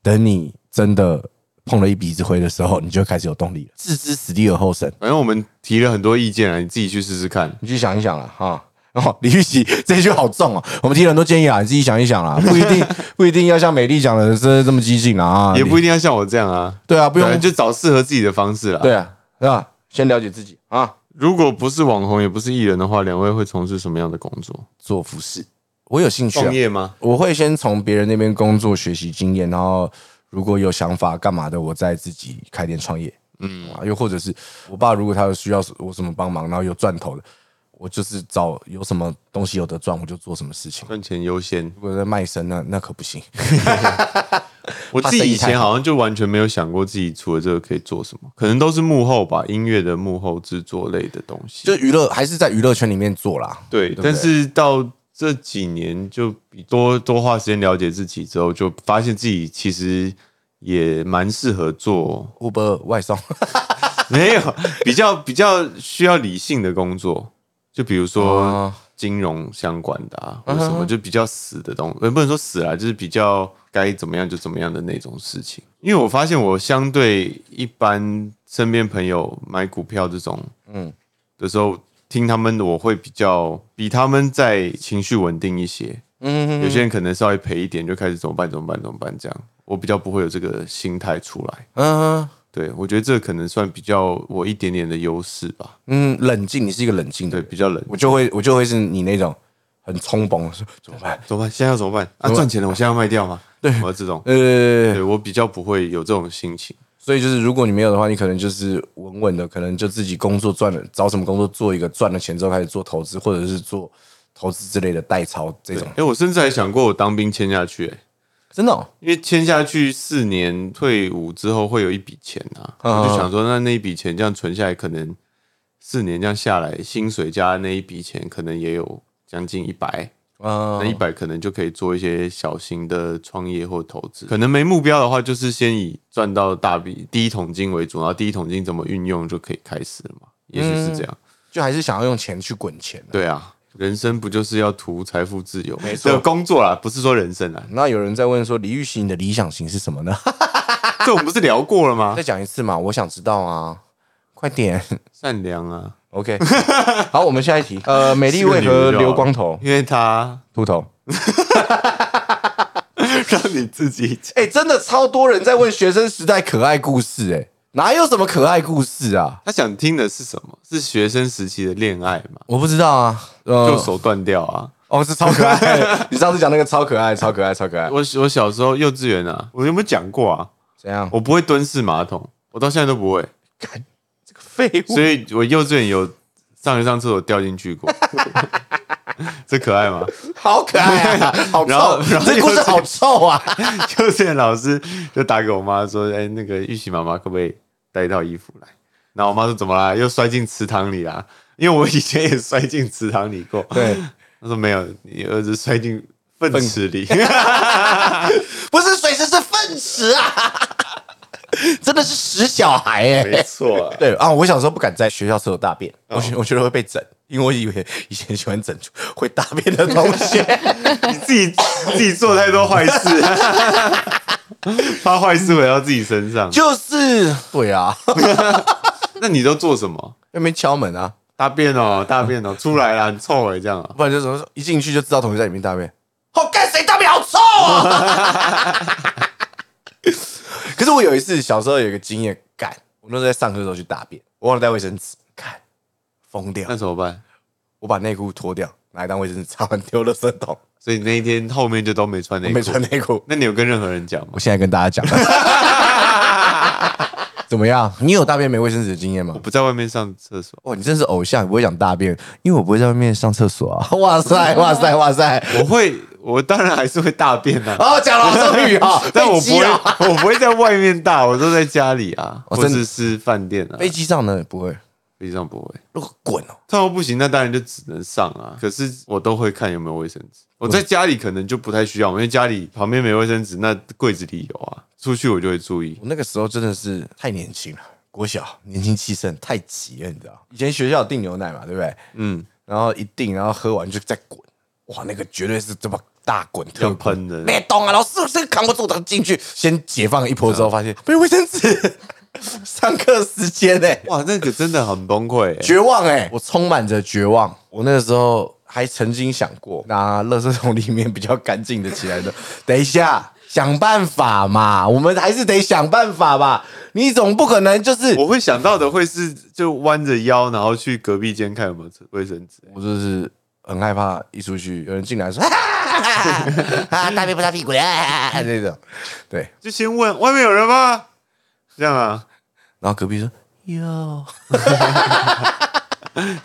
Speaker 1: 等你真的碰了一鼻子灰的时候，你就开始有动力了。置之死地而后生，
Speaker 2: 反正我们提了很多意见啊，你自己去试试看。
Speaker 1: 你去想一想了哈。 哦，李玉玺这句好重哦，我们提了很多建议啊，你自己想一想啦，不一定不一定要像美丽讲的这这么激进啊啊，
Speaker 2: 也不
Speaker 1: 你
Speaker 2: 一定要像我这样啊，
Speaker 1: 对啊，不
Speaker 2: 反正
Speaker 1: 用
Speaker 2: 就找适合自己的方式啦。，
Speaker 1: 对啊，对吧？先了解自己啊。
Speaker 2: 如果不是网红，也不是艺人的话，两位会从事什么样的工作？
Speaker 1: 做服饰，我有兴趣、啊
Speaker 2: 创，业吗？
Speaker 1: 我会先从别人那边工作学习经验，然后如果有想法干嘛的，我再自己开店创业。嗯啊，又或者是我爸如果他有需要我什么帮忙，然后有赚头的，我就是找有什么东西有得赚，我就做什么事情。
Speaker 2: 赚钱优先。
Speaker 1: 如果在卖身，那那可不行。
Speaker 2: 我
Speaker 1: 怕
Speaker 2: 自己
Speaker 1: 生意
Speaker 2: 以
Speaker 1: 太
Speaker 2: 前
Speaker 1: 好
Speaker 2: 好像就完全没有想过自己除了这个可以做什么，可能都是幕后吧，音乐的幕后制作类的东西。
Speaker 1: 就娱乐还是在娱乐圈里面做啦。
Speaker 2: 对，
Speaker 1: 不对
Speaker 2: 但是到这几年就比多多花时间了解自己之后，就发现自己其实也蛮适合做
Speaker 1: Uber 外送，
Speaker 2: 没有比较比较需要理性的工作，就比如说
Speaker 1: 啊
Speaker 2: 金融相关的啊，
Speaker 1: 嗯
Speaker 2: 或者什么就比较死的东呃，不能说死啦，就是比较该怎么样就怎么样的那种事情。因为我发现我相对一般身边朋友买股票这种，
Speaker 1: 嗯
Speaker 2: 嗯，的时候听他们的，我会比较比他们在情绪稳定一些。
Speaker 1: 嗯，
Speaker 2: 有些人可能稍微赔一点就开始怎么办怎么办怎么办这样，我比较不会有这个心态出来。
Speaker 1: 嗯
Speaker 2: 对我觉得这可能算比较我一点点的优势吧。
Speaker 1: 嗯，冷静，你是一个冷静的
Speaker 2: 对，
Speaker 1: 人，
Speaker 2: 比较冷。
Speaker 1: 我就会我就会是你那种很冲动，说怎么办？
Speaker 2: 怎么办？现在要怎么办？啊，赚钱了，我现在要卖掉吗？对，我这种，
Speaker 1: 呃，
Speaker 2: 对我比较不会有这种心情。
Speaker 1: 所以就是，如果你没有的话，你可能就是稳稳的，可能就自己工作赚了，找什么工作做一个，赚了钱之后开始做投资，或者是做投资之类的代操这种。
Speaker 2: 哎，我甚至还想过我当兵签下去、欸，
Speaker 1: 真的、哦，
Speaker 2: 因为签下去四年，退伍之后会有一笔钱啊，我就想说，那那一笔钱这样存下来，可能四年这样下来，薪水加那一笔钱，可能也有将近一百。
Speaker 1: 嗯、
Speaker 2: 那一百可能就可以做一些小型的创业或投资。可能没目标的话，就是先以赚到大笔第一桶金为主，然后第一桶金怎么运用就可以开始了嘛？也许是这样。
Speaker 1: 就还是想要用钱去滚钱、啊。。
Speaker 2: 对啊，人生不就是要图财富自由？没错，工作啦，不是说人生啊啦
Speaker 1: 那有人在问说，李玉玺你的理想型是什么呢？
Speaker 2: 这我们不是聊过了吗
Speaker 1: 再？讲一次嘛，我想知道啊，快 点。
Speaker 2: 善良啊，
Speaker 1: OK，好，我们下一题。呃，美丽
Speaker 2: 是个
Speaker 1: 为
Speaker 2: 女的
Speaker 1: 何
Speaker 2: 就好
Speaker 1: 留光头、
Speaker 2: 因为他
Speaker 1: 秃头？
Speaker 2: 让你自己讲。
Speaker 1: 哎、真的超多人在问学生时代可爱故事、哎，哪有什么可爱故事啊？
Speaker 2: 他想听的是什么？是学生时期的恋爱嘛？
Speaker 1: 我不知道啊，呃
Speaker 2: 就手断掉啊！
Speaker 1: 哦，是超可爱的。 你上次讲那个超可爱，超可爱，超可爱。
Speaker 2: 我我小时候幼稚园啊，我有没有讲过啊？
Speaker 1: 怎样？
Speaker 2: 我不会蹲式马桶，我到现在都不会。
Speaker 1: 废 物。
Speaker 2: 所以我幼稚园有上一上厕所掉进去过。这可爱吗？
Speaker 1: 好可爱啊，好
Speaker 2: 然后然
Speaker 1: 臭，
Speaker 2: 后
Speaker 1: 这故事好臭啊！
Speaker 2: 幼稚园老师就打给我妈说：“哎、那个玉玺妈妈可不可以带一套衣服来？”然后我妈说：“怎么啦？又摔进池塘里啦？”因为我以前也摔进池塘里过。
Speaker 1: 对，
Speaker 2: 她说：“没有，你儿子摔进粪池里。
Speaker 1: 不是水池是粪池啊， 真的是死小孩哎、”
Speaker 2: 没错、啊，
Speaker 1: 对啊，我小时候不敢在学校厕所大便，我觉我觉得会被整，因为我以为以前喜欢整会大便的同学。
Speaker 2: 你 自己自己做太多坏事， 怕坏事回到自己身上。
Speaker 1: 就是对啊，
Speaker 2: 那你都做什么？
Speaker 1: 那边敲门啊，
Speaker 2: 大便哦，大便哦，出来啦，很臭哎、这样啊。
Speaker 1: 不然就什么一进去就知道同学在里面大便。好干谁大便好臭啊！ 可是我有一次小时候有一个经验，干，我那时候在上课的时候去大便，我忘了带卫生纸，干，疯掉
Speaker 2: 那，怎么办？
Speaker 1: 我把内裤脱掉拿来当卫生纸擦完丢了圾桶，
Speaker 2: 所以那一天后面就都没穿内
Speaker 1: 我
Speaker 2: 裤。
Speaker 1: 没穿内裤。
Speaker 2: 那你有跟任何人讲吗？
Speaker 1: 我现在跟大家讲，啊 怎么样？你有大便没卫生纸的经验吗
Speaker 2: 我？不在外面上厕所。
Speaker 1: 哇，你真是偶像，你不会讲大便，因为我不会在外面上厕所啊！ 哇塞，哇塞，哇塞！
Speaker 2: 我会，我当然还是会大便啊，
Speaker 1: 哦，讲了终于啊，
Speaker 2: 但我
Speaker 1: 被
Speaker 2: 不
Speaker 1: 击
Speaker 2: 会
Speaker 1: 啊，
Speaker 2: 我不会 在外面大，我都在家里啊，
Speaker 1: 哦
Speaker 2: 或
Speaker 1: 真的
Speaker 2: 者是饭店啊，
Speaker 1: 飞机上呢不会，
Speaker 2: 飞机上不会。
Speaker 1: 如果滚哦，
Speaker 2: ถ้า我不行，那当然就只能上啊。可是我都会看有没有卫生纸。
Speaker 1: 嗯
Speaker 2: 我在家里可能就不太需要，因为家里旁边没卫生纸，那柜子里有啊。出去我就会注意。
Speaker 1: 我那个时候真的是太年轻了，国小年轻气盛，太急了，你知道？以前学校订牛奶嘛，对不对？
Speaker 2: 嗯，
Speaker 1: 然后一订，然后喝完就再滚，哇，那个绝对是这么大滚特
Speaker 2: 要
Speaker 1: 滚
Speaker 2: 喷的。
Speaker 1: 别动啊！老师这个扛不住的进去，先解放一波之后，
Speaker 2: 啊
Speaker 1: 发现没有卫生纸， 上课时间呢、
Speaker 2: 哇，那个真的很崩 溃、欸。
Speaker 1: 绝望哎、我充满着绝望。我那个时候还曾经想过拿垃圾桶里面比较干净的起来的， 等一下想办法嘛，我们还是得想办法吧。你总不可能就是
Speaker 2: 我会想到的会是就弯着腰，然后去隔壁间看有没有卫生纸、
Speaker 1: 我就是很害怕，一出去有人进来 说啊大便不擦屁股啊那种，对，
Speaker 2: 就先问外面有人吗？这样啊，
Speaker 1: 然后隔壁说哟。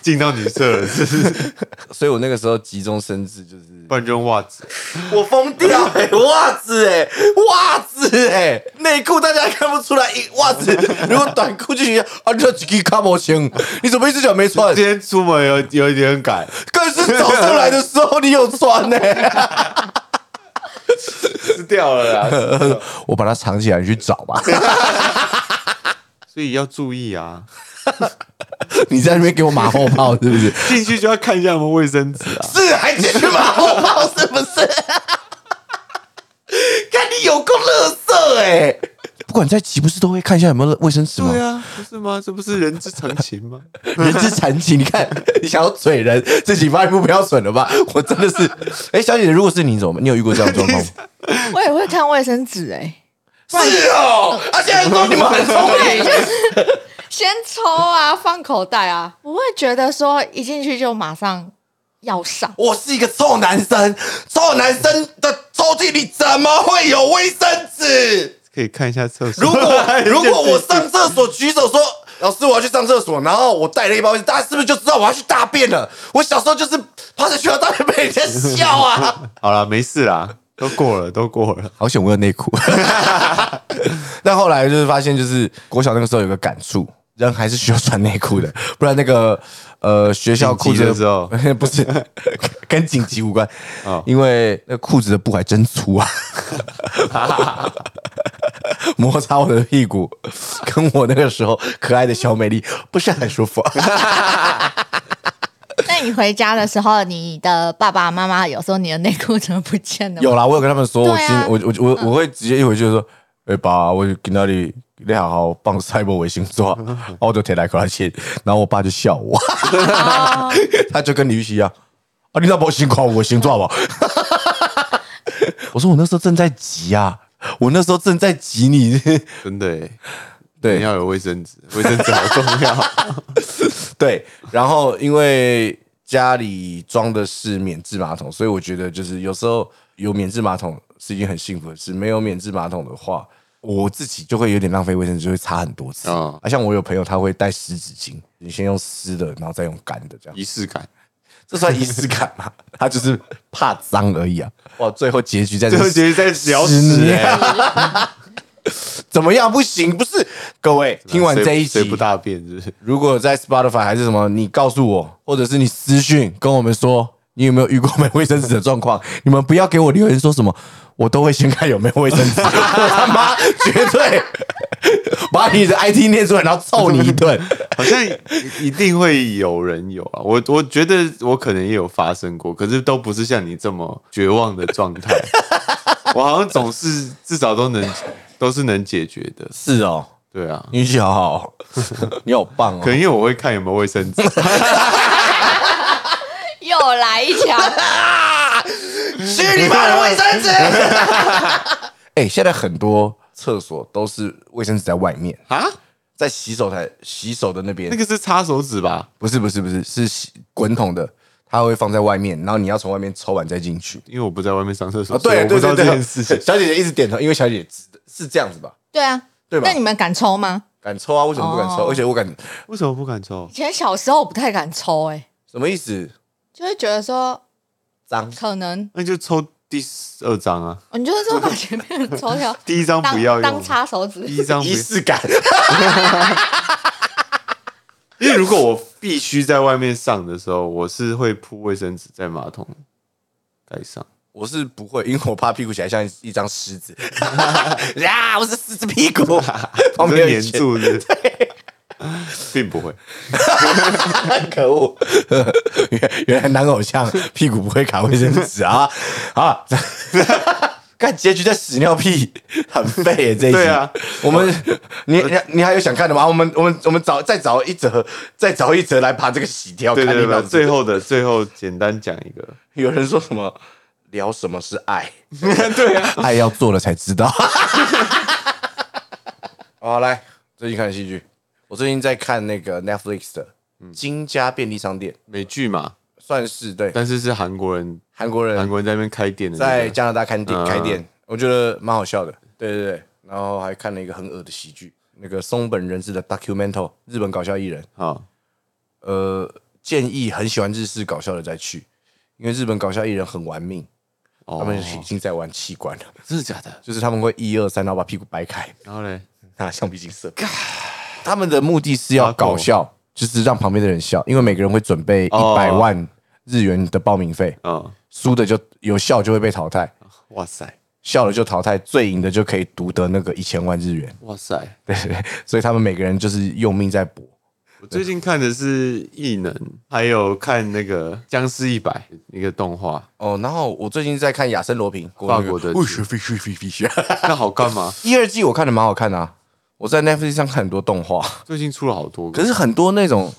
Speaker 2: 进到女厕了，是不是？
Speaker 1: 所以我那个时候急中生智，就是
Speaker 2: 不然就用袜子。
Speaker 1: 我疯 掉、欸，袜子哎、袜子哎、内裤大家看不出来，一袜子， 如果短裤就一样啊，你这几个卡毛青，你怎么一只脚没 穿
Speaker 2: 今？天出门有有一点赶，
Speaker 1: 更是早上来的时候你有穿欸呢、
Speaker 2: 吃掉了啦，
Speaker 1: 我把它藏起来，你去找 吧。
Speaker 2: 所以要注意啊！
Speaker 1: 你在那边给我马后炮是不是？
Speaker 2: 进去就要看一下有没有卫生纸啊。
Speaker 1: 是还继续马后炮是不是？ 看你有够乐色哎！不管再急，不是都会看一下有没有卫生纸吗？
Speaker 2: 对啊，不是吗？这不是人之常情吗？
Speaker 1: 人之常情，你看，你想要嘴人，自己发现目标准了吧？ 我真的是，哎、小姐，如果是你怎么办？你有遇过这样的状况吗？
Speaker 3: 我也会看卫生纸哎、
Speaker 1: 是哦，啊，现在说你们很聪明，
Speaker 3: 先抽啊，放口袋啊，我会觉得说一进去就马上要上，
Speaker 1: 我是一个臭男生，臭男生的抽屉里怎么会有卫生纸？
Speaker 2: 可以看一下厕所。
Speaker 1: 如果 如果我上厕所举手说。老师，我要去上厕所，然后我带了一包卫生纸，大家是不是就知道我要去大便了？我小时候就是趴在学校大便被人家笑啊。
Speaker 2: 好了，没事啦，都过了，都过了。
Speaker 1: 好险我有内裤。 但后来就是发现，就是国小那个时候有个感触，人还是需要穿内 裤的，不然那个呃学校裤
Speaker 2: 紧
Speaker 1: 子
Speaker 2: 急的时候
Speaker 1: 不是跟紧急无关，
Speaker 2: 哦
Speaker 1: 因为那裤子的布还真粗 啊， 摩擦我的屁股，跟我那个时候可爱的小美丽不是很舒服。
Speaker 3: 那你回家的时候，你的爸爸妈妈有时候你的内裤怎么不见了？
Speaker 1: 有啦，我有跟他们说，
Speaker 3: 对
Speaker 1: 我
Speaker 3: 啊
Speaker 1: 今我我我我会直接一回去就说，哎、爸，我跟那里你好好放赛博维星 座，然后我就贴来给他签，然后我爸就笑我，
Speaker 3: 哦，
Speaker 1: 他就跟李玉玺一样，啊，你那不辛苦我星座吧？ 我说我那时候正在急啊，我那时候正在急 你，
Speaker 2: 真的欸，你
Speaker 1: 对
Speaker 2: 要有卫生纸， 卫生纸好重要。
Speaker 1: 对，然后因为家里装的是免治马桶，所以我觉得就是有时候有免治马桶是一件很幸福的事，没有免治马桶的话，我自己就会有点浪费卫生纸，就会擦很多次。
Speaker 2: 嗯
Speaker 1: 啊，像我有朋友他会带湿纸巾，你先用湿的，然后再用干的这样。
Speaker 2: 仪式感，
Speaker 1: 这算仪式感吗？他就是怕脏而已啊！哇，最后结局在这
Speaker 2: 最后结局在聊屎、
Speaker 1: 屎
Speaker 2: 欸，
Speaker 1: 怎么样？不行，不是各位听完这一
Speaker 2: 谁
Speaker 1: 集
Speaker 2: 不，大便是不是？
Speaker 1: 如果在 Spotify 还是什么，你告诉我，或者是你私讯跟我们说，你有没有遇过没卫生纸的状况？你们不要给我留言说什么，我都会先看有没有卫生 纸，我他妈绝对把你的 IT 念出来，然后揍你一顿。
Speaker 2: 好像一定会有人有啊，我我觉得我可能也有发生过，可是都不是像你这么绝望的状 态。我好像总是至少都能都是能解决的，
Speaker 1: 是哦，
Speaker 2: 对啊，
Speaker 1: 运气好好哦，你好棒哦
Speaker 2: 可。能因为我会看有没有卫生 纸，
Speaker 3: 又来一枪，
Speaker 1: 去你妈的卫生纸！哎、现在很多厕所都是卫生纸在外面
Speaker 2: 啊，
Speaker 1: 在洗手台洗手的那边
Speaker 2: 那，个是擦手指吧？
Speaker 1: 不是不是不是，是洗滚筒的，它会放在外面，然后你要从外面抽完再进去。
Speaker 2: 因为我不在外面上厕所，
Speaker 1: 啊，对
Speaker 2: 所以
Speaker 1: 对
Speaker 2: 我不知道
Speaker 1: 对对，
Speaker 2: 这件事情。
Speaker 1: 小姐姐一直点头，因为小姐姐知是这样子吧？
Speaker 3: 对啊，
Speaker 1: 对吧
Speaker 3: 那你们敢抽吗？
Speaker 1: 敢抽啊？为什么不敢抽？
Speaker 2: 嗯
Speaker 3: 哦
Speaker 1: 而且我敢
Speaker 2: 为什么不敢抽
Speaker 3: 以？前小时候我不太敢抽、欸，哎，
Speaker 1: 什么意思？
Speaker 3: 就会觉得说
Speaker 1: 脏
Speaker 3: 可能哦
Speaker 2: 那就抽第二张 啊，，
Speaker 3: 你就是说把前面的抽掉
Speaker 2: 第一张
Speaker 3: 当
Speaker 2: 不要
Speaker 3: 当
Speaker 2: 用，
Speaker 3: 擦手指
Speaker 2: 第。一张不
Speaker 1: 仪
Speaker 2: 要。
Speaker 1: 式感，
Speaker 2: 因为如果我必须在外面上的时候，我是会铺卫生纸在马桶盖上。
Speaker 1: 我是不会，因为我怕屁股起来像一一张狮子。 呀，我是狮子屁 股，旁
Speaker 2: 你
Speaker 1: 边
Speaker 2: 是
Speaker 1: 有一
Speaker 2: 黏
Speaker 1: 圈，
Speaker 2: 住是不 是并不会。
Speaker 1: 可恶！原 原来男偶像屁股不会卡卫生 纸啊啊！看结局在屎尿屁，很废耶这一集。
Speaker 2: 对啊，
Speaker 1: 我们你你你还有想看的吗？啊我们我们我们找再找一则，再找一则来把这个洗掉。
Speaker 2: 对对
Speaker 1: 看
Speaker 2: 对
Speaker 1: 你脑
Speaker 2: 对，
Speaker 1: 子
Speaker 2: 最后的最后简单讲一个，
Speaker 1: 有人说什么聊什么是 爱？对啊， 爱要做了才知道。好，来最近看戏剧，我最近在看那个 Netflix 的
Speaker 2: 嗯
Speaker 1: 《金家便利商店》，
Speaker 2: 美剧嘛，
Speaker 1: 算是对
Speaker 2: 但是是韩国人，
Speaker 1: 韩国
Speaker 2: 韩
Speaker 1: 人
Speaker 2: 国人在那边开店的、那
Speaker 1: 在
Speaker 2: 个，
Speaker 1: 加拿大开店
Speaker 2: 嗯
Speaker 1: 开店，我觉得蛮好笑的。对对对，然后还看了一个很恶的喜剧，那个松本人志的 Documental 日本搞笑艺人，
Speaker 2: 好，
Speaker 1: 呃，建议很喜欢日式搞笑的再去，因为日本搞笑艺人很玩命，
Speaker 2: 哦
Speaker 1: 他们已经在玩器官了。
Speaker 2: 真的假的？
Speaker 1: 就是他们会一二三，然后把屁股掰开，
Speaker 2: 然后嘞，
Speaker 1: 拿橡皮筋射。他们的目的是要搞笑，就是让旁边的人笑，因为每个人会准备一
Speaker 2: 哦
Speaker 1: 百万日元的报名费，
Speaker 2: 嗯，
Speaker 1: 输的就有笑就会被淘汰，
Speaker 2: 哇塞，
Speaker 1: 笑了就淘汰，最赢的就可以独得那个一千万日元。
Speaker 2: 哇塞，
Speaker 1: 对对对，所以他们每个人就是用命在搏。
Speaker 2: 我最近看的是《异能》，还有看那个《僵尸一百》一个动画，
Speaker 1: 哦，然后我最近在看《亚森罗平》，
Speaker 2: 法国的
Speaker 1: 为什么必须必须必须？
Speaker 2: 那好干 嘛？
Speaker 1: 第二季我看的蛮好看的、啊，我在 Netflix 上看很多动画。
Speaker 2: 最近出了好多个
Speaker 1: 可，是很多那种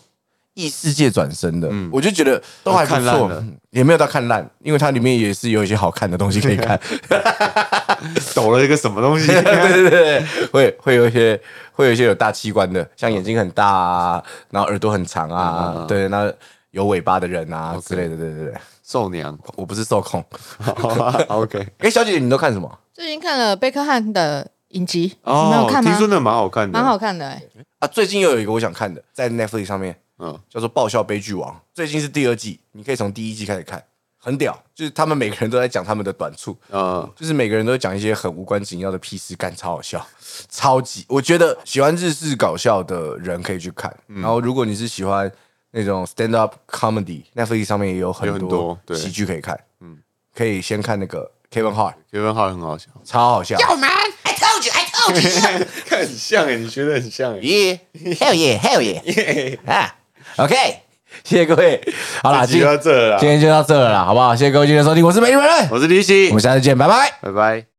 Speaker 1: 异世界转身的，我就觉得嗯哦都还不
Speaker 2: 看烂
Speaker 1: 错嗯
Speaker 2: 了，
Speaker 1: 也没有到看烂，因为它里面也是有一些好看的东西可以看。
Speaker 2: 抖了一个什么东 西？
Speaker 1: 对对对对，会会有一些会有一些有大器官的，像眼睛很大啊，然后耳朵很长啊，对，那有尾巴的人啊之类的，对对对。
Speaker 2: 兽娘。
Speaker 1: 我不是受控。
Speaker 2: 好啊 OK，
Speaker 1: 哎、小姐姐，你都看什么
Speaker 3: 最近看了贝克汉的影集，
Speaker 2: 哦，
Speaker 3: 你没有看
Speaker 2: 听
Speaker 3: 吗
Speaker 2: 说？那蛮好看的，
Speaker 3: 蛮好。看的、欸，
Speaker 1: 啊？最近又有一个我想看的，在 Netflix 上面，
Speaker 2: 嗯，
Speaker 1: 叫做《爆笑悲剧王》，最近是第二季，你可以从第一季开始看，很屌，就是他们每个人都在讲他们的短处，
Speaker 2: 呃，
Speaker 1: 就是每个人都讲一些很无关紧要的屁事，干超好笑，超级。我觉得喜欢日式搞笑的人可以去看，
Speaker 2: 嗯
Speaker 1: 然后如果你是喜欢那种 stand up comedy，Netflix 上面也有
Speaker 2: 有
Speaker 1: 很
Speaker 2: 很多对
Speaker 1: 喜剧可以看，嗯，可以先看那个 Kevin Hart，
Speaker 2: 学文浩很好笑，
Speaker 1: 超好笑。
Speaker 2: 看很像哎，你觉得很像哎？
Speaker 1: 耶，Hell yeah，Hell yeah，啊，OK，谢谢各位， 好啦，
Speaker 2: 这集
Speaker 1: 今
Speaker 2: 就到这了啦
Speaker 1: 今天就到这了啦，好不好？谢谢各位今天的收听，我是美女本人，
Speaker 2: 我是李
Speaker 1: 我
Speaker 2: 喜
Speaker 1: 们，下次见，拜拜。
Speaker 2: 拜拜。